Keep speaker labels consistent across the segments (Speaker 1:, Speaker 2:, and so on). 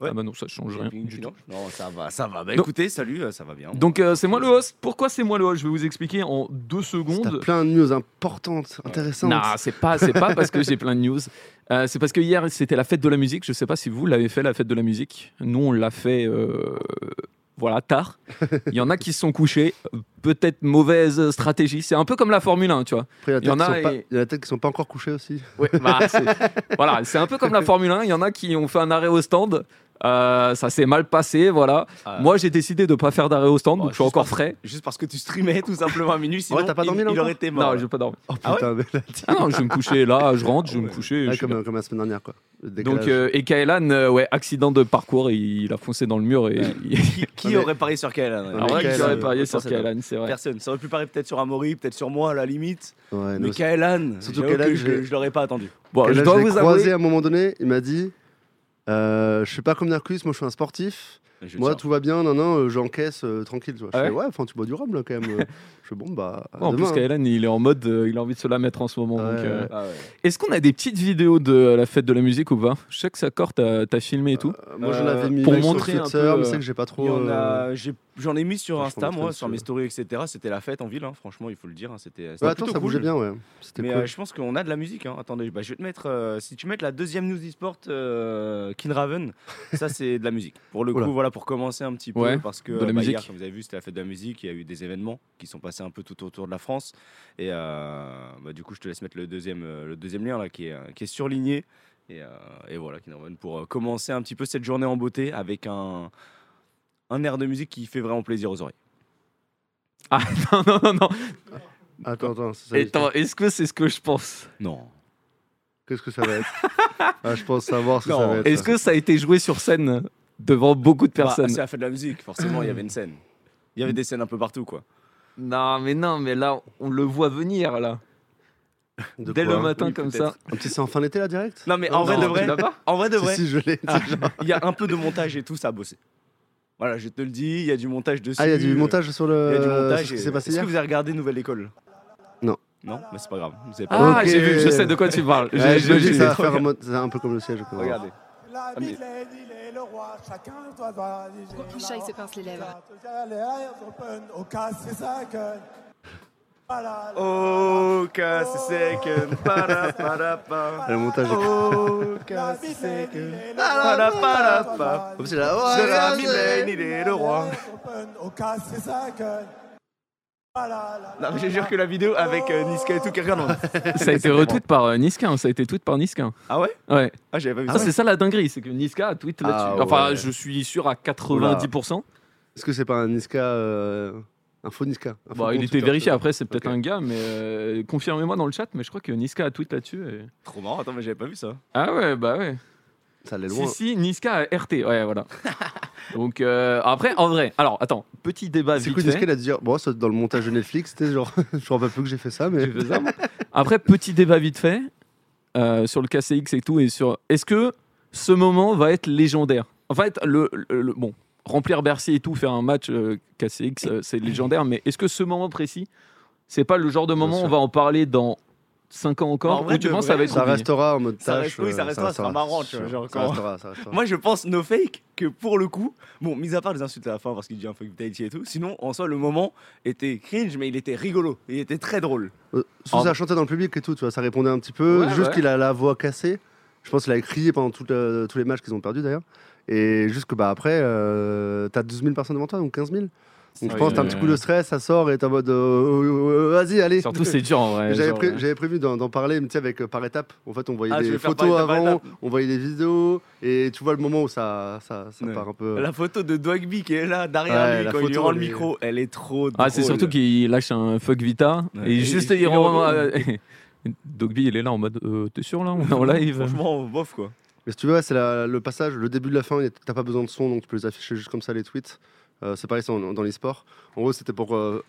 Speaker 1: Ouais.
Speaker 2: Ah bah non, ça change rien.
Speaker 1: Camping,
Speaker 2: du tout.
Speaker 1: non, non, ça va, ça va. Bah,
Speaker 2: Donc-
Speaker 1: écoutez, salut, euh, ça va bien.
Speaker 2: Donc euh, c'est moi le host. Pourquoi c'est moi le host Je vais vous expliquer en deux
Speaker 3: T'as
Speaker 2: secondes.
Speaker 3: plein de news importantes, intéressantes.
Speaker 2: Non, c'est pas, c'est pas parce que j'ai plein de news. Euh, c'est parce que hier c'était la fête de la musique. Je sais pas si vous l'avez fait la fête de la musique. Nous on l'a fait, euh, voilà tard. Il y en a qui se sont couchés. Peut-être mauvaise stratégie. C'est un peu comme la Formule 1, tu vois.
Speaker 3: Après, il y, a
Speaker 2: Il y en
Speaker 3: peut-être
Speaker 2: a
Speaker 3: qui sont pas-
Speaker 2: et-
Speaker 3: il y en a peut-être qui sont pas encore couchés aussi.
Speaker 2: Bah, c'est- voilà, c'est un peu comme la Formule 1. Il y en a qui ont fait un arrêt au stand. Euh, ça s'est mal passé, voilà.
Speaker 1: Ah.
Speaker 2: Moi, j'ai décidé de pas faire d'arrêt au stand,
Speaker 1: Oh,
Speaker 2: donc je suis
Speaker 1: juste
Speaker 2: encore
Speaker 1: parce-
Speaker 2: frais.
Speaker 1: Juste parce que tu streamais tout simplement à minuit, sinon
Speaker 3: t'as pas dormi,
Speaker 1: il,
Speaker 3: là,
Speaker 1: il
Speaker 3: encore
Speaker 1: aurait été mort.
Speaker 2: Non, je vais pas dormir.
Speaker 3: Oh
Speaker 1: Ah ouais
Speaker 3: putain, mais là, tu-
Speaker 2: Ah non, je vais me coucher là, je rentre, je vais
Speaker 1: Ah
Speaker 2: me
Speaker 1: ouais.
Speaker 2: coucher.
Speaker 3: Ouais,
Speaker 2: je suis
Speaker 3: comme, comme la semaine dernière, quoi. Le décalage.
Speaker 2: Donc, euh, et Kaelan, euh, ouais, accident de parcours, il, il a foncé dans le mur et.
Speaker 1: Qui, qui
Speaker 3: Ouais, mais-
Speaker 1: aurait parié sur Kaelan
Speaker 3: Ouais,
Speaker 2: Ah
Speaker 3: mais
Speaker 2: ouais,
Speaker 3: Kaelan,
Speaker 2: qui aurait
Speaker 3: euh,
Speaker 2: parié sur
Speaker 1: autant c'est
Speaker 2: Kaelan, c'est vrai.
Speaker 1: Personne. Ça aurait pu parier peut-être sur Amaury, peut-être sur moi à la limite.
Speaker 3: Ouais,
Speaker 1: Mais
Speaker 3: non,
Speaker 1: Kaelan,
Speaker 3: Surtout
Speaker 1: j'avoue
Speaker 3: Kaelan,
Speaker 1: que
Speaker 3: je l'ai-
Speaker 1: je, je l'aurais pas attendu.
Speaker 2: euh, Bon,
Speaker 3: Et
Speaker 2: je
Speaker 3: là,
Speaker 2: dois
Speaker 3: je l'ai
Speaker 2: vous
Speaker 3: croisé
Speaker 2: avouer.
Speaker 3: à un moment donné, il m'a dit euh, Je suis pas comme Narcus, moi je suis un sportif,
Speaker 1: Je
Speaker 3: moi
Speaker 1: le sens.
Speaker 3: tout va bien, non, non, euh, j'encaisse euh, tranquille. Tu vois. Je
Speaker 2: Ah
Speaker 3: fais, ouais, enfin tu bois du rhum là quand même. euh. je fais Bon, bah. à
Speaker 2: Ouais, en plus,
Speaker 3: demain.
Speaker 2: Kaelan, il est en mode, euh, il a envie de se la mettre en ce moment.
Speaker 3: Ouais,
Speaker 2: donc, euh,
Speaker 3: ouais.
Speaker 1: Ah ouais.
Speaker 2: Est-ce qu'on a des petites vidéos de la fête de la musique ou pas Je sais que Sakor, t'as t'as filmé et tout.
Speaker 3: Euh, moi j'en avais
Speaker 1: Euh,
Speaker 3: mis
Speaker 2: pour
Speaker 3: même sur
Speaker 2: montrer un
Speaker 3: Twitter,
Speaker 2: peu,
Speaker 3: mais
Speaker 2: euh,
Speaker 3: c'est que j'ai pas
Speaker 1: Il y
Speaker 3: trop.
Speaker 1: en
Speaker 3: euh,
Speaker 1: a- j'ai- J'en ai mis sur
Speaker 3: Franchement,
Speaker 1: Insta, moi,
Speaker 3: très
Speaker 1: sur
Speaker 3: sûr.
Speaker 1: mes stories, etc. C'était la fête en ville, hein, franchement, il faut le dire. hein, C'était c'était
Speaker 3: euh. ouais,
Speaker 1: plutôt
Speaker 3: attends, ça
Speaker 1: cool.
Speaker 3: bougeait bien, ouais. C'était
Speaker 1: Mais
Speaker 3: cool.
Speaker 1: euh, je pense qu'on a de la musique. hein. Attendez, bah, je vais te mettre. euh, si tu mets la deuxième news e-sport, euh, Kinraven, ça c'est de la musique. Pour le coup,
Speaker 3: Oula.
Speaker 1: voilà, pour commencer un petit peu,
Speaker 2: Ouais,
Speaker 1: parce que
Speaker 2: de la
Speaker 1: bah,
Speaker 2: musique.
Speaker 1: hier, comme vous avez vu, c'était la fête de la musique. Il y a eu des événements qui sont passés un peu tout autour de la France. Et euh, bah, du coup, je te laisse mettre le deuxième, euh, le deuxième lien là, qui est, euh, qui est surligné. Et, euh, et voilà, Kinraven, pour euh, commencer un petit peu cette journée en beauté avec un, un air de musique qui fait vraiment plaisir aux oreilles.
Speaker 2: Ah non, non, non, non.
Speaker 3: Attends, attends, ça- ça-
Speaker 2: Attends, est-ce que c'est ce que je pense
Speaker 1: Non.
Speaker 3: qu'est-ce que ça va être Ah, Je pense savoir ce que ça
Speaker 1: Non,
Speaker 3: va être.
Speaker 2: Est-ce
Speaker 3: ouais.
Speaker 2: que ça a été joué sur scène devant beaucoup de
Speaker 1: Bah,
Speaker 2: personnes
Speaker 1: c'est la fête de la musique, forcément, il y avait une scène. Il y avait des scènes un peu partout, quoi.
Speaker 2: Non, mais non, mais là, on le voit venir, là.
Speaker 3: De
Speaker 2: Dès
Speaker 3: quoi
Speaker 2: le matin,
Speaker 1: Oui,
Speaker 2: comme
Speaker 1: peut-être.
Speaker 2: ça.
Speaker 3: Un petit c'est en fin d'été là direct
Speaker 1: Non, mais en
Speaker 3: Non,
Speaker 1: vrai de
Speaker 3: tu
Speaker 1: vrai,
Speaker 2: l'as pas
Speaker 1: en vrai de
Speaker 3: Si,
Speaker 1: vrai,
Speaker 3: si, je l'ai.
Speaker 2: Ah.
Speaker 1: il y a un peu de montage et tout, ça a bossé. Voilà, je te le dis, il y a du montage dessus.
Speaker 3: Ah, il y a du montage sur le.
Speaker 1: Il y a du
Speaker 3: sur
Speaker 1: montage.
Speaker 3: Ce qui
Speaker 1: et-
Speaker 3: s'est passé
Speaker 1: Est-ce
Speaker 3: hier
Speaker 1: que vous avez regardé Nouvelle École
Speaker 3: Non.
Speaker 1: Non, mais c'est pas grave. Vous avez pas
Speaker 2: Ah,
Speaker 3: Ok.
Speaker 2: j'ai vu, je sais de quoi tu parles.
Speaker 3: Ouais,
Speaker 2: J'ai-
Speaker 3: je me dis
Speaker 2: j'ai-
Speaker 3: que ça va
Speaker 2: j'ai-
Speaker 3: faire un mode- c'est un peu comme le siège. quoi.
Speaker 1: Regardez.
Speaker 4: La
Speaker 1: Ah, mais-
Speaker 4: Madeleine, il est le roi, chacun doit voir.
Speaker 5: Pourquoi Chaille se pince les lèvres
Speaker 4: Au cas, c'est ça que. Voilà.
Speaker 1: Oh, casse sec, para para pa.
Speaker 3: Ah, Le montage. est-
Speaker 1: Oh,
Speaker 4: La
Speaker 1: casse
Speaker 4: Madeleine,
Speaker 1: sec,
Speaker 4: il est le
Speaker 1: para
Speaker 4: roi,
Speaker 1: para
Speaker 4: chacun doit
Speaker 1: pa.
Speaker 4: voir.
Speaker 3: Comme c'est là.
Speaker 1: C'est la
Speaker 3: Ouais,
Speaker 1: Madeleine, il est le roi.
Speaker 4: Au cas, c'est ça que. Voilà. la-
Speaker 1: Non, mais je jure que la vidéo avec euh, Niska et tout, quelqu'un non.
Speaker 2: Ça a été retweet par euh, Niskin, ça a été tweet par Niskin.
Speaker 1: Ah ouais
Speaker 2: Ouais.
Speaker 1: Ah, j'avais pas vu
Speaker 2: Ça,
Speaker 1: ça.
Speaker 2: c'est ça la dinguerie, c'est que Niska a tweet là-dessus.
Speaker 3: Ah
Speaker 2: Enfin,
Speaker 3: ouais.
Speaker 2: je suis sûr à 90%.
Speaker 3: Est-ce que c'est pas un Niska euh, Un faux Niska un faux
Speaker 2: Bah, il
Speaker 3: compte
Speaker 2: était
Speaker 3: Twitter,
Speaker 2: vérifié
Speaker 3: ça.
Speaker 2: après, c'est peut-être
Speaker 3: Ok.
Speaker 2: un gars, mais euh, confirmez-moi dans le chat. Mais je crois que Niska a tweet là-dessus. et-
Speaker 1: Trop marrant, attends, mais j'avais pas vu ça.
Speaker 2: Ah ouais, bah ouais.
Speaker 3: Ça allait
Speaker 2: Si,
Speaker 3: loin.
Speaker 2: si, Niska a RT. Ouais, voilà. Donc euh, après, en vrai, alors attends, petit débat
Speaker 3: C'est
Speaker 2: vite
Speaker 3: cool,
Speaker 2: fait.
Speaker 3: Niska, il a dû dire. Bon, ça, dans le montage de Netflix, c'était genre. Je me rappelle plus que j'ai fait ça, mais.
Speaker 2: J'ai fait ça, moi. Après, petit débat vite fait euh, sur le KCX et tout, et sur est-ce que ce moment va être légendaire En fait, le, le- le- bon, remplir Bercy et tout, faire un match euh, KCX, euh, c'est légendaire, mais est-ce que ce moment précis, c'est pas le genre de moment où on
Speaker 3: sûr.
Speaker 2: va en parler dans 5 ans
Speaker 1: En
Speaker 2: encore
Speaker 1: vrai,
Speaker 2: Ou tu
Speaker 1: de
Speaker 2: penses ça va
Speaker 1: vrai,
Speaker 2: être
Speaker 3: Ça
Speaker 2: oublié
Speaker 3: restera en mode
Speaker 1: Ça
Speaker 3: tâche. euh,
Speaker 1: reste- oui, ça restera, ça sera marrant, tu vois, genre,
Speaker 3: Ça
Speaker 1: comment-
Speaker 3: restera, ça restera.
Speaker 1: Moi, je pense, no fake, que pour le coup, bon, mis à part les insultes à la fin parce qu'il dit un fuck Tahiti et tout, sinon, en soi, le moment était cringe, mais il était rigolo, il était très drôle.
Speaker 3: Euh,
Speaker 2: En-
Speaker 3: Sous ça chantait dans le public et tout, tu vois, ça répondait un petit peu.
Speaker 2: Ouais,
Speaker 3: juste
Speaker 2: ouais.
Speaker 3: qu'il a la voix cassée. Je pense qu'il a crié pendant toute la- tous les matchs qu'ils ont perdus d'ailleurs. Et juste que bah, après, euh, t'as 12 000 personnes devant toi, donc 15 000. Donc je
Speaker 2: vrai,
Speaker 3: pense que t'as un petit coup de stress, ça sort et t'es en mode euh, vas-y, allez.
Speaker 2: Surtout, c'est dur en vrai.
Speaker 3: J'avais
Speaker 2: genre, euh,
Speaker 3: pré-
Speaker 2: ouais.
Speaker 3: j'avais prévu d'en d'en parler, mais tu sais, avec euh, par étapes. En fait, on voyait
Speaker 1: Ah, je
Speaker 3: des
Speaker 1: vais faire par
Speaker 3: photos
Speaker 1: étape, par
Speaker 3: avant,
Speaker 1: étape.
Speaker 3: on voyait des vidéos, et tu vois le moment où ça, ça, ça
Speaker 1: Ouais.
Speaker 3: part un peu.
Speaker 1: La photo de Dwagby qui est là, derrière
Speaker 3: Euh. Ouais,
Speaker 1: lui,
Speaker 3: la
Speaker 1: quand il lui
Speaker 3: photo,
Speaker 1: rend le
Speaker 3: elle est-
Speaker 1: micro, elle est trop drôle.
Speaker 2: Ah, c'est surtout qu'il lâche un fuck Vita,
Speaker 1: Ouais.
Speaker 2: et
Speaker 1: Et-
Speaker 2: juste
Speaker 1: et-
Speaker 2: il
Speaker 1: et-
Speaker 2: renvoie. Dogby, il est là en mode euh, T'es sûr là On est en live
Speaker 1: Franchement, bof quoi.
Speaker 3: Mais si tu veux, ouais, c'est la- le passage, le début de la fin, il y a- t'as pas besoin de son, donc tu peux les afficher juste comme ça, les tweets. Euh, c'est pareil c'est en- dans les sports. En gros, c'était pour euh,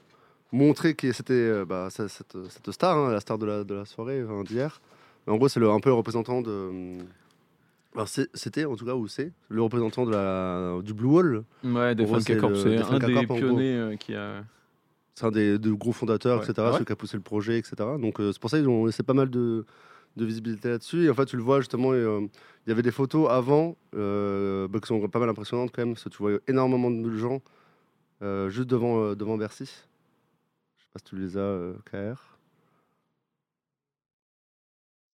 Speaker 3: montrer que c'était euh, bah, ça- cette, cette star, hein, la star de la, de la soirée enfin, d'hier. En gros, c'est le- un peu le représentant de. euh, alors, c'est- c'était, en tout cas, ou c'est, le représentant de la, du Blue Wall.
Speaker 2: Ouais, des
Speaker 3: En gros,
Speaker 2: Frank
Speaker 3: c'est
Speaker 2: Corp,
Speaker 3: le-
Speaker 2: c'est
Speaker 3: des
Speaker 2: un
Speaker 3: Frank
Speaker 2: des
Speaker 3: Corp, en gros.
Speaker 2: pionniers euh, qui a.
Speaker 3: C'est un des, des gros fondateurs,
Speaker 2: Ouais.
Speaker 3: etc.,
Speaker 2: Ah ouais
Speaker 3: celui qui a poussé le projet, etc. Donc, euh, c'est pour ça qu'ils ont laissé pas mal de, de visibilité là-dessus. Et en fait, tu le vois justement, et, euh, il y avait des photos avant euh, bah, qui sont pas mal impressionnantes quand même, parce que tu vois énormément de gens euh, juste devant, euh, devant Bercy. Je sais pas si tu les as, euh, KR.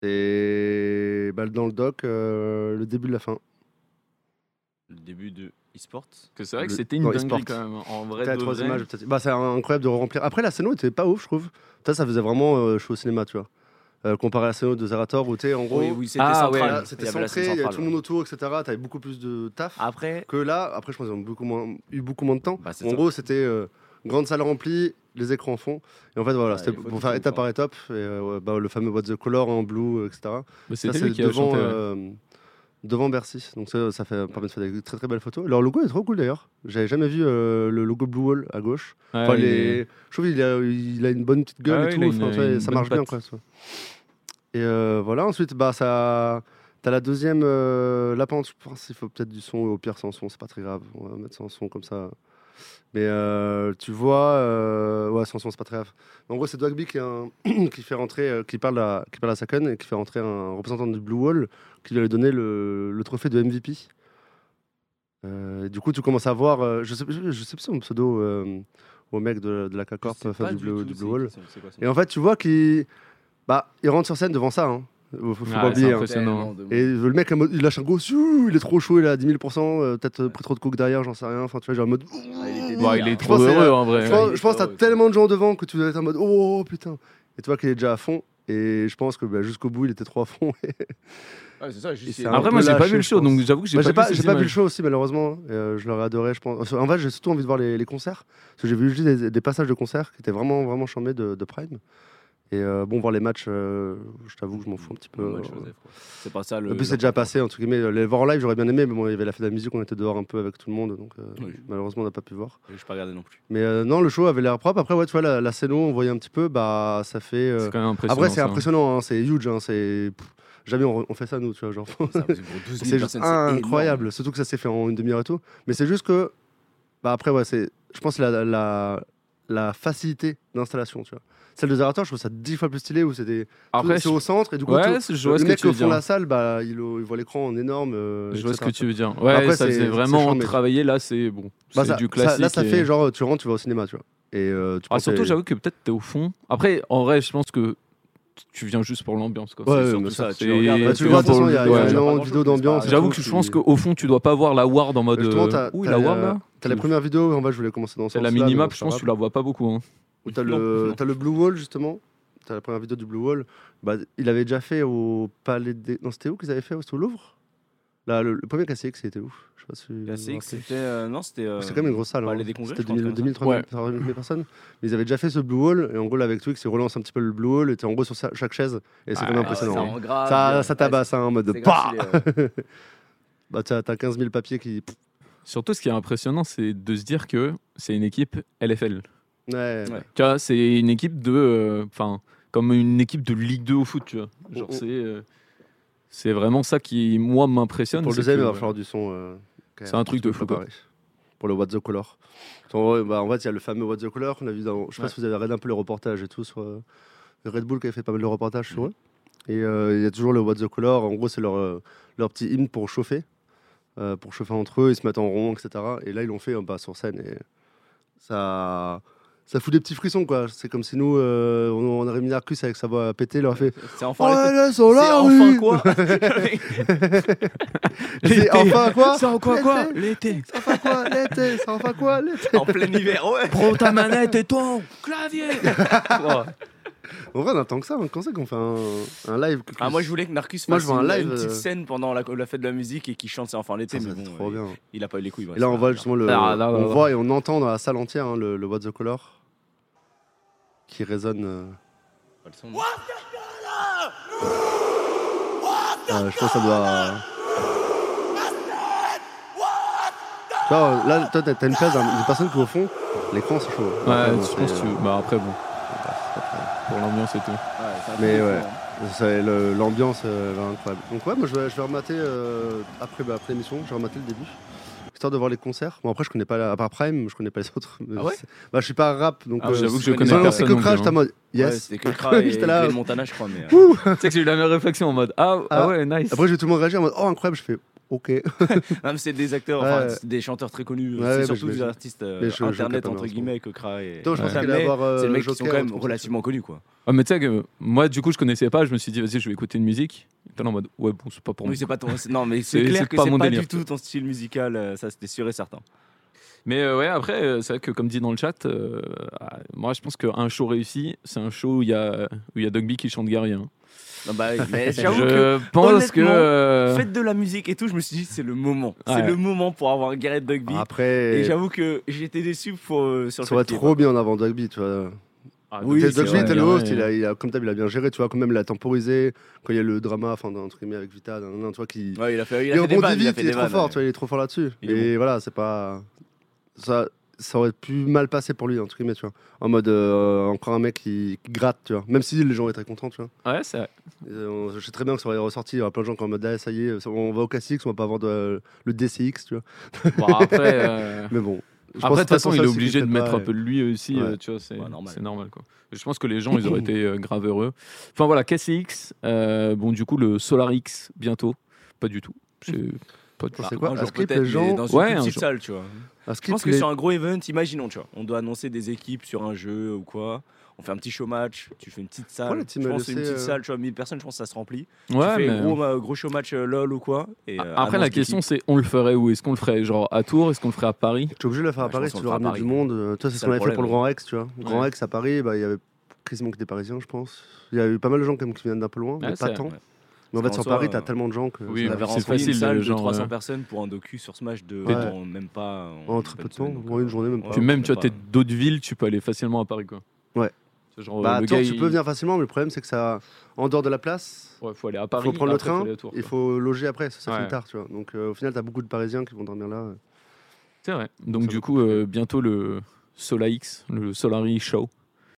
Speaker 3: Et bah, dans le doc, euh, le début de la fin.
Speaker 1: Le début de e-sport.
Speaker 2: Que c'est vrai que
Speaker 3: Le-
Speaker 2: c'était une
Speaker 3: dans
Speaker 2: dinguerie
Speaker 3: eSport.
Speaker 2: quand même. En vrai,
Speaker 3: T'as
Speaker 2: de
Speaker 4: trois
Speaker 2: vrai.
Speaker 3: images, peut-être. Bah, c'est incroyable de remplir. Après, la scéno était pas ouf, je trouve. Ça, ça faisait vraiment euh, show au cinéma, tu vois. Euh, comparé à la scéno de Zerator, où t'es en gros.
Speaker 1: oui, oui, c'était
Speaker 2: Ah,
Speaker 1: central.
Speaker 2: ouais,
Speaker 3: là,
Speaker 1: Il
Speaker 3: Oh. c'était
Speaker 1: y avait la
Speaker 3: centré,
Speaker 1: scène
Speaker 3: il y avait
Speaker 1: centrale,
Speaker 3: tout le monde autour, etc. T'avais beaucoup plus de taf.
Speaker 1: ouais. Après,
Speaker 3: Que là, après, je pense qu'ils ont beaucoup moins, eu beaucoup moins de temps.
Speaker 1: Bah, c'est
Speaker 3: en
Speaker 1: ça.
Speaker 3: gros, c'était euh, grande salle remplie, les écrans en fond. Et en fait, voilà,
Speaker 1: Ouais,
Speaker 3: c'était
Speaker 1: les photos
Speaker 3: pour faire
Speaker 1: sont
Speaker 3: étape
Speaker 1: pas-
Speaker 3: par étape. Et, euh, ouais, bah, le fameux What's the Color en blue, euh, etc.
Speaker 2: Mais
Speaker 3: Ça,
Speaker 2: C'était
Speaker 3: c'est
Speaker 2: lui qui a
Speaker 3: devant,
Speaker 2: chanté.
Speaker 3: euh, devant Bercy. Donc ça, ça fait, permet de faire des très très belles photos. Leur logo est trop cool d'ailleurs. J'avais jamais vu euh, le logo Blue Wall à gauche.
Speaker 2: Ouais,
Speaker 3: Enfin,
Speaker 2: Ah, il
Speaker 3: il
Speaker 2: est-
Speaker 3: est- Je trouve qu'il a, il a une bonne petite gueule
Speaker 2: Ah
Speaker 3: et
Speaker 2: ouais,
Speaker 3: tout.
Speaker 2: il a
Speaker 3: Enfin,
Speaker 2: une-
Speaker 3: tu vois,
Speaker 2: une
Speaker 3: ça
Speaker 2: bonne
Speaker 3: marche bien.
Speaker 2: patte.
Speaker 3: Quoi, tu vois. Et euh, voilà, ensuite, bah, ça... t'as la deuxième. euh, là, par contre, je pense qu'il faut peut-être du son. Au pire, sans son, c'est pas très grave. On va mettre sans son comme ça. Mais euh, tu vois, euh, ouais, sans son, c'est pas très grave. En gros, c'est Dogby qui, est un- qui fait rentrer, euh, qui parle à, qui parle à Sakan et qui fait rentrer un représentant du Blue Wall qui lui a donné le, le trophée de MVP. Euh, et du coup, tu commences à voir, euh, je sais, je, je sais plus son pseudo euh, au mec de, de la K-Corp,
Speaker 1: je sais
Speaker 3: enfin,
Speaker 1: pas
Speaker 3: du,
Speaker 1: du
Speaker 3: Blue,
Speaker 1: tout
Speaker 3: du
Speaker 1: c'est
Speaker 3: Blue Wall.
Speaker 1: qui sont- c'est quoi son-
Speaker 3: Et en fait, tu vois qu'il bah, il rentre sur scène devant ça. Hein. Faut, faut
Speaker 2: Ah,
Speaker 3: pas oublier.
Speaker 2: c'est
Speaker 3: hein.
Speaker 2: impressionnant.
Speaker 1: Tellement de-
Speaker 3: Et le mec, en mode, il lâche un gros, Siouh, il est trop chaud, il est à 10 000 euh, peut-être euh, pris trop de coke derrière, j'en sais rien. Enfin, tu vois, genre en mode.
Speaker 1: Ah, il était
Speaker 2: Bah,
Speaker 1: délire.
Speaker 2: il est
Speaker 3: Je
Speaker 2: trop
Speaker 3: pense que c'est
Speaker 2: heureux
Speaker 3: la-
Speaker 2: en
Speaker 3: Je
Speaker 2: vrai.
Speaker 1: Ouais,
Speaker 3: pense,
Speaker 1: il est
Speaker 3: je pense que
Speaker 1: pas
Speaker 3: t'as
Speaker 1: heureux,
Speaker 3: tellement de gens devant que tu dois être en mode oh putain. Et toi qu'il est déjà à fond. Et je pense que bah, jusqu'au bout, il était trop à fond.
Speaker 1: Ouais, Ah, c'est ça, juste,
Speaker 3: Et c'est
Speaker 1: il-
Speaker 3: un
Speaker 2: Après,
Speaker 3: peu
Speaker 2: moi, j'ai pas
Speaker 3: lâché,
Speaker 2: vu le
Speaker 3: je
Speaker 2: show,
Speaker 3: pense.
Speaker 2: donc j'avoue que j'ai
Speaker 3: Bah, J'ai
Speaker 2: pas
Speaker 3: pas,
Speaker 2: vu
Speaker 3: j'ai
Speaker 2: ces
Speaker 3: pas vu le
Speaker 2: images.
Speaker 3: show aussi, malheureusement. Et, euh, je l'aurais adoré, je pense. En fait, j'ai surtout envie de voir les, les concerts. Parce que j'ai vu juste des, des passages de concerts qui étaient vraiment, vraiment chambés de, de Prime. Et euh, bon, voir les matchs, euh, je t'avoue que je m'en fous un petit peu.
Speaker 1: Ouais, Joseph, quoi. C'est pas ça le.
Speaker 3: En plus, euh, c'est déjà passé, entre guillemets. Les voir en live, j'aurais bien aimé, mais bon, il y avait la fête de la musique, on était dehors un peu avec tout le monde, donc euh,
Speaker 1: Oui.
Speaker 3: malheureusement, on n'a pas pu voir.
Speaker 1: Je pas regardé non plus.
Speaker 3: Mais euh, non, le show avait l'air propre. Après, ouais, tu vois, la, la scéno, on voyait un petit peu, bah, ça fait. euh,
Speaker 2: C'est quand même impressionnant.
Speaker 3: Après, c'est
Speaker 2: ça.
Speaker 3: impressionnant, hein, c'est huge, hein, c'est. pff, Jamais on, on fait ça, nous, tu vois, genre.
Speaker 1: Ça, c'est pour 12 000
Speaker 3: C'est juste
Speaker 1: personnes,
Speaker 3: incroyable,
Speaker 1: énorme.
Speaker 3: surtout que ça s'est fait en une demi-heure et tout. Mais c'est juste que, bah après, ouais, c'est, je pense que la, la, la facilité d'installation, tu vois. Celle de Zerator, je trouve ça dix fois plus stylé où c'est, des,
Speaker 2: Après,
Speaker 3: c'est
Speaker 2: je-
Speaker 3: au centre et du coup, tu-
Speaker 2: ouais, je vois
Speaker 3: le
Speaker 2: ce que
Speaker 3: mec
Speaker 2: tu
Speaker 3: au
Speaker 2: veux
Speaker 3: fond de la
Speaker 2: dire.
Speaker 3: salle, bah, il, il voit l'écran en énorme. euh,
Speaker 2: Je vois ce
Speaker 3: etc.
Speaker 2: que tu veux dire. Ouais,
Speaker 3: Après,
Speaker 2: ça
Speaker 3: c'est-
Speaker 2: faisait
Speaker 3: c'est
Speaker 2: vraiment
Speaker 3: chiant, mais-
Speaker 2: travailler. Là, c'est bon.
Speaker 3: Bah,
Speaker 2: C'est
Speaker 3: ça-
Speaker 2: du
Speaker 3: ça-
Speaker 2: classique.
Speaker 3: là, ça
Speaker 2: et-
Speaker 3: fait genre, tu rentres, tu vas au cinéma, tu vois. Et euh, tu
Speaker 2: Ah,
Speaker 3: prends
Speaker 2: surtout,
Speaker 3: tes-
Speaker 2: j'avoue que peut-être t'es au fond. Après, en vrai, je pense que t- tu viens juste pour l'ambiance. quoi.
Speaker 3: Ouais,
Speaker 1: C'est
Speaker 3: ouais,
Speaker 1: surtout
Speaker 3: mais
Speaker 1: ça,
Speaker 3: ça,
Speaker 1: tu
Speaker 2: c'est-
Speaker 1: regardes. hein.
Speaker 2: Bah,
Speaker 3: Bah,
Speaker 1: parce
Speaker 3: tu
Speaker 1: que
Speaker 3: le vois,
Speaker 2: Ouais,
Speaker 3: de toute façon, il y a, il y a
Speaker 2: ouais.
Speaker 3: énormément de vidéos d'ambiance. et
Speaker 2: J'avoue
Speaker 3: tout
Speaker 2: que je
Speaker 3: qui-
Speaker 2: pense qu'au fond, tu dois pas voir la Ward en mode.
Speaker 3: Justement,
Speaker 2: euh,
Speaker 3: t'as-
Speaker 2: Ouh,
Speaker 3: t'as
Speaker 2: la
Speaker 3: la-
Speaker 2: Ward là
Speaker 3: T'as la première vidéo, en bas, je voulais commencer dans ce
Speaker 2: C'est la
Speaker 3: sens-là, mais
Speaker 2: minimap,
Speaker 3: bon,
Speaker 2: je
Speaker 3: ça
Speaker 2: pense
Speaker 3: va.
Speaker 2: que tu la vois pas beaucoup. hein.
Speaker 3: où t'as
Speaker 1: Non,
Speaker 3: le,
Speaker 1: non.
Speaker 3: t'as le Blue Wall justement, t'as la première vidéo du Blue Wall. Bah, il avait déjà fait au Palais des. Non, c'était où qu'ils avaient fait C'était au Louvre Là, le, le premier KCX, c'était où Je sais pas si. vous vous
Speaker 1: La CX,
Speaker 3: rappelez.
Speaker 1: c'était. euh, Non, c'était. euh,
Speaker 3: C'est quand même une grosse salle.
Speaker 1: Palais
Speaker 3: hein.
Speaker 1: des Congrès,
Speaker 3: C'était
Speaker 1: je crois,
Speaker 3: 2000,
Speaker 1: comme
Speaker 3: 2000 3000 3000 personnes. Mais ils avaient déjà fait ce Blue Wall. Et en gros, là, avec Twix, ils relancent un petit peu le Blue Wall. Et t'es en gros sur sa- chaque chaise. Et c'est
Speaker 2: Ah,
Speaker 3: quand
Speaker 2: ouais,
Speaker 3: même
Speaker 1: ah ouais, c'est
Speaker 3: impressionnant. hein.
Speaker 1: en grave,
Speaker 3: ça,
Speaker 1: euh,
Speaker 3: ça
Speaker 1: ouais,
Speaker 3: tabasse hein, en mode.
Speaker 1: c'est-
Speaker 3: de
Speaker 1: c'est
Speaker 3: Bah,
Speaker 1: grave stylé, ouais.
Speaker 3: bah t'as t'as 15 000 papiers qui.
Speaker 2: Surtout, ce qui est impressionnant, c'est de se dire que c'est une équipe LFL.
Speaker 3: Ouais.
Speaker 1: Ouais.
Speaker 2: Tu vois, c'est une équipe de. euh, Enfin, comme une équipe de Ligue 2 au foot, tu vois. Genre,
Speaker 3: Oh, oh.
Speaker 2: c'est. euh, c'est vraiment ça qui, moi, m'impressionne.
Speaker 3: Pour le
Speaker 2: c'est
Speaker 3: deuxième,
Speaker 2: que-
Speaker 3: il va falloir du son. euh, quand
Speaker 2: C'est
Speaker 3: même,
Speaker 2: un truc
Speaker 3: tu
Speaker 2: de
Speaker 3: peux
Speaker 2: fou,
Speaker 3: préparer. Pour le What the Color. En, bah, en fait, il y a le fameux What the Color qu'on a vu dans. Je sais pas
Speaker 2: Ouais.
Speaker 3: si vous avez regardé un peu les reportages et tout sur euh, Red Bull qui a fait pas mal de reportages sur eux. Et euh, il y a toujours le What the Color. En gros, c'est leur, euh, leur petit hymne pour chauffer. euh, pour chauffer entre eux, ils se mettent en rond, etc. Et là, ils l'ont fait euh, bah, sur scène. Et ça. Ça fout des petits frissons, quoi. C'est comme si nous, euh, on, on aurait mis Narcus avec sa voix pétée, leur fait
Speaker 1: euh, C'est
Speaker 3: Oh
Speaker 1: enfin.
Speaker 3: là
Speaker 1: les-
Speaker 3: là, ils sont
Speaker 1: C'est
Speaker 3: là,
Speaker 1: enfin
Speaker 3: oui.
Speaker 1: quoi
Speaker 3: C'est enfin quoi
Speaker 2: C'est encore quoi
Speaker 3: L'été.
Speaker 2: L'été
Speaker 3: C'est enfin quoi L'été C'est enfin quoi L'été
Speaker 1: En plein hiver, ouais.
Speaker 2: Prends ta manette et ton clavier
Speaker 3: En vrai, on attend que ça. hein. Quand c'est qu'on fait un, un live que-
Speaker 1: Ah, moi, je voulais que Narcus
Speaker 3: Moi,
Speaker 1: fasse
Speaker 3: je vois un
Speaker 1: une-
Speaker 3: live,
Speaker 1: une
Speaker 3: euh,
Speaker 1: petite scène pendant la la fête de la musique et qu'il chante C'est enfin l'été.
Speaker 3: Putain,
Speaker 1: Mais
Speaker 3: ça, c'est
Speaker 1: bon,
Speaker 3: trop
Speaker 1: ouais,
Speaker 3: bien.
Speaker 1: il a pas eu les couilles. ouais,
Speaker 3: Et là, on
Speaker 1: ça,
Speaker 3: voit
Speaker 1: alors.
Speaker 3: justement le.
Speaker 2: Ah, là, là,
Speaker 3: on
Speaker 2: là.
Speaker 3: voit et on entend dans la salle entière hein, le, le What the Color qui résonne. euh,
Speaker 1: Pas le son.
Speaker 3: euh, je pense que ça doit. Tu vois, là, toi, t'as t'as une hein. place d'une personne qui, au fond, l'écran, c'est chaud.
Speaker 2: Ouais,
Speaker 3: Après, bon,
Speaker 2: je pense
Speaker 3: c'est,
Speaker 2: que. Bah après, bon. Pour l'ambiance et tout.
Speaker 1: Ouais, c'est un
Speaker 3: Mais
Speaker 1: peu- hein.
Speaker 3: ouais. euh, c'est le- L'ambiance euh, elle est incroyable. Donc, ouais, moi, je vais, je vais remater euh, après, bah, après l'émission, je vais remater le début. histoire de voir les concerts. Bon, après, je connais pas, la- à part Prime, je connais pas les autres. mais
Speaker 2: Ah ouais
Speaker 3: c'est- bah, je suis pas rap, donc.
Speaker 2: Ah, j'avoue que je
Speaker 3: quand
Speaker 2: connais
Speaker 3: ils ont annoncé
Speaker 2: personne
Speaker 3: que
Speaker 2: non
Speaker 3: Crash,
Speaker 2: plus, hein.
Speaker 3: j'étais en mode,
Speaker 1: Ouais,
Speaker 3: yes.
Speaker 1: C'était que Kra et
Speaker 3: J'étais là.
Speaker 1: Clé Montana, je crois. Mais, euh,
Speaker 3: Ouh.
Speaker 2: Tu sais que j'ai eu la même réflexion en mode Ah, ah
Speaker 3: Ah.
Speaker 2: ouais, nice.
Speaker 3: Après, j'ai tout le monde réagir en mode, oh, incroyable, je fais, ok.
Speaker 1: non, mais c'est des acteurs, enfin,
Speaker 3: Ouais.
Speaker 1: c'est des chanteurs très connus.
Speaker 3: Ouais,
Speaker 1: c'est
Speaker 3: ouais,
Speaker 1: surtout
Speaker 3: bah,
Speaker 1: des
Speaker 3: j'imagine.
Speaker 1: artistes euh,
Speaker 3: Mais je- je capte
Speaker 1: internet,
Speaker 3: pas
Speaker 1: entre
Speaker 3: bien, je
Speaker 1: guillemets, que Kra et.
Speaker 3: Attends, je pense
Speaker 1: Ouais.
Speaker 3: qu'il va
Speaker 1: Mais
Speaker 3: avoir. euh,
Speaker 1: C'est le mec qui
Speaker 3: Joker,
Speaker 1: sont quand
Speaker 3: un
Speaker 1: même
Speaker 3: truc comme ça.
Speaker 1: relativement connus, quoi.
Speaker 2: Ah, mais tu sais que moi, du coup, je connaissais pas. Je me suis dit, vas-y, je vais écouter une musique. Et t'es là en mode Ouais, bon, c'est pas pour moi.
Speaker 1: Oui, c'est pas ton. c'est- Non, mais c'est
Speaker 2: C'est-
Speaker 1: clair
Speaker 2: c'est
Speaker 1: que
Speaker 2: pas
Speaker 1: c'est
Speaker 2: mon
Speaker 1: pas
Speaker 2: délire,
Speaker 1: du tout ton style musical, euh, ça c'était sûr et certain.
Speaker 2: Mais euh, ouais, après, euh, c'est vrai que comme dit dans le chat, euh, ah, moi, je pense qu'un show réussi, c'est un show où il y a, où il y a Dogby qui chante guerrier. hein.
Speaker 1: Non, bah, oui, mais j'avoue que.
Speaker 2: Je pense que.
Speaker 1: honnêtement,
Speaker 2: euh,
Speaker 1: Faites de la musique et tout, je me suis dit, c'est le moment.
Speaker 2: Ouais.
Speaker 1: C'est le moment pour avoir Gareth Dugby.
Speaker 3: Après,
Speaker 1: Ah, Et j'avoue que j'étais déçu pour, euh, sur le
Speaker 3: ça va
Speaker 1: fait qu'il y ait
Speaker 3: trop bien en avant Dogby, tu vois.
Speaker 2: ah,
Speaker 1: Oui,
Speaker 3: Ted
Speaker 1: c'est
Speaker 3: Dugby
Speaker 1: vrai,
Speaker 3: était le
Speaker 2: Guerrier,
Speaker 3: host, il a, il a, comme d'hab, il a bien géré, tu vois, quand même, il a temporisé, quand il y a le drama, enfin, d'un truc avec Vita, nan, nan, nan, tu vois, qui.
Speaker 1: Ouais, il a fait, il a
Speaker 3: Il
Speaker 1: fait des
Speaker 3: rebondit
Speaker 1: vannes, il a
Speaker 3: vite,
Speaker 1: fait
Speaker 3: il est
Speaker 1: des
Speaker 3: trop
Speaker 1: vannes,
Speaker 3: fort,
Speaker 1: ouais.
Speaker 3: tu vois, il est trop fort là-dessus.
Speaker 1: Il est
Speaker 3: Et voilà, c'est pas. Ça, ça aurait pu mal passer pour lui, entre guillemets, tu vois. En mode, euh, encore un mec qui, qui gratte, tu vois. Même si les gens étaient très contents, tu vois.
Speaker 2: Ouais, c'est vrai.
Speaker 3: Et euh, on- je sais très bien que ça aurait ressorti, il y aura plein de gens qui sont en mode, ah, ça y est, on va au KCX, on va pas avoir de- le DCX, tu vois.
Speaker 2: Bon, après, euh,
Speaker 3: Mais bon. Je
Speaker 2: après, de
Speaker 3: pense
Speaker 2: toute
Speaker 3: que
Speaker 2: façon,
Speaker 3: ça
Speaker 2: il est
Speaker 3: aussi,
Speaker 2: obligé de
Speaker 3: peut-être
Speaker 2: mettre
Speaker 3: pas,
Speaker 2: un peu de lui aussi,
Speaker 3: Ouais.
Speaker 2: euh, tu vois, c'est
Speaker 1: Ouais, normal.
Speaker 2: c'est normal. quoi. Je pense que les gens, ils auraient été euh, grave heureux. Enfin voilà, KCX, euh, bon, du coup, le SolarX bientôt, pas du tout. C'est pas du tout.
Speaker 3: Attends, c'est
Speaker 1: Ah,
Speaker 3: quoi
Speaker 1: un
Speaker 3: Un
Speaker 1: jour,
Speaker 3: script,
Speaker 1: peut-être,
Speaker 3: les gens
Speaker 1: mais dans une
Speaker 2: Ouais,
Speaker 1: plus
Speaker 2: un
Speaker 1: petite
Speaker 2: jour.
Speaker 1: salle, tu vois.
Speaker 3: Un
Speaker 1: Je pense
Speaker 3: script,
Speaker 1: que
Speaker 3: les-
Speaker 1: sur un gros event, imaginons, tu vois, on doit annoncer des équipes sur un jeu ou quoi. On fait un petit show match, tu fais une petite salle.
Speaker 3: la team
Speaker 1: je pense
Speaker 3: LEC,
Speaker 1: une petite
Speaker 3: euh,
Speaker 1: salle, tu vois, 1000 personnes, je pense que ça se remplit.
Speaker 2: Ouais,
Speaker 1: tu fais
Speaker 2: mais-
Speaker 1: gros, ma- gros show match euh, LOL ou quoi. et, euh,
Speaker 2: Après,
Speaker 1: annonce
Speaker 2: la question,
Speaker 1: d'équipe.
Speaker 2: c'est on le ferait où Est-ce qu'on le ferait genre à Tours Est-ce qu'on le ferait à Paris
Speaker 3: Tu es obligé de le faire à
Speaker 1: Ouais, je
Speaker 3: Paris
Speaker 1: pense
Speaker 3: si tu
Speaker 1: qu'on
Speaker 3: veux
Speaker 1: le fera à
Speaker 3: ramener du
Speaker 1: Paris.
Speaker 3: monde. Euh, Toi, c'est
Speaker 1: C'est
Speaker 3: ce qu'on
Speaker 1: le
Speaker 3: avait fait pour le
Speaker 1: problème.
Speaker 3: Grand Rex, tu vois. Le Grand
Speaker 2: Ouais.
Speaker 3: Rex à Paris, bah, il y avait quasiment que des Parisiens, je pense. Il y a eu pas mal de gens quand même qui viennent d'un peu loin,
Speaker 2: Ouais,
Speaker 3: mais
Speaker 2: c'est
Speaker 3: pas tant.
Speaker 1: vrai, ouais.
Speaker 3: Mais en
Speaker 1: Parce
Speaker 3: fait,
Speaker 1: qu'en
Speaker 3: sur
Speaker 1: soi,
Speaker 3: Paris, t'as
Speaker 1: euh,
Speaker 3: tellement de gens que.
Speaker 2: oui,
Speaker 1: On
Speaker 2: mais
Speaker 1: avait
Speaker 2: c'est
Speaker 1: rempli
Speaker 2: facile,
Speaker 1: une salle
Speaker 2: genre,
Speaker 1: de 300
Speaker 2: euh,
Speaker 1: personnes pour un docu sur Smash de
Speaker 3: Ouais.
Speaker 1: en même pas.
Speaker 3: En très peu de temps, en
Speaker 1: euh,
Speaker 3: une journée, même pas.
Speaker 2: Puis même, tu vois,
Speaker 1: vois
Speaker 2: t'es d'autres villes, tu peux aller facilement à Paris, quoi.
Speaker 3: Ouais.
Speaker 2: Tu vois, Genre,
Speaker 3: Bah,
Speaker 2: Euh, le
Speaker 3: Tours,
Speaker 2: gars,
Speaker 3: tu
Speaker 2: il-
Speaker 3: peux venir facilement, mais le problème, c'est que ça. En dehors de la place,
Speaker 2: Ouais, faut aller à Paris.
Speaker 3: faut prendre le
Speaker 2: après,
Speaker 3: train,
Speaker 2: aller à Tours,
Speaker 3: il
Speaker 2: quoi.
Speaker 3: faut loger après, ça, ça
Speaker 2: Ouais.
Speaker 3: finit tard, tu vois. Donc, euh, au final, t'as beaucoup de Parisiens qui vont dormir là.
Speaker 2: C'est vrai. Donc,
Speaker 3: Ça
Speaker 2: du
Speaker 3: va
Speaker 2: coup, euh, bientôt le Sola X, le Solari Show.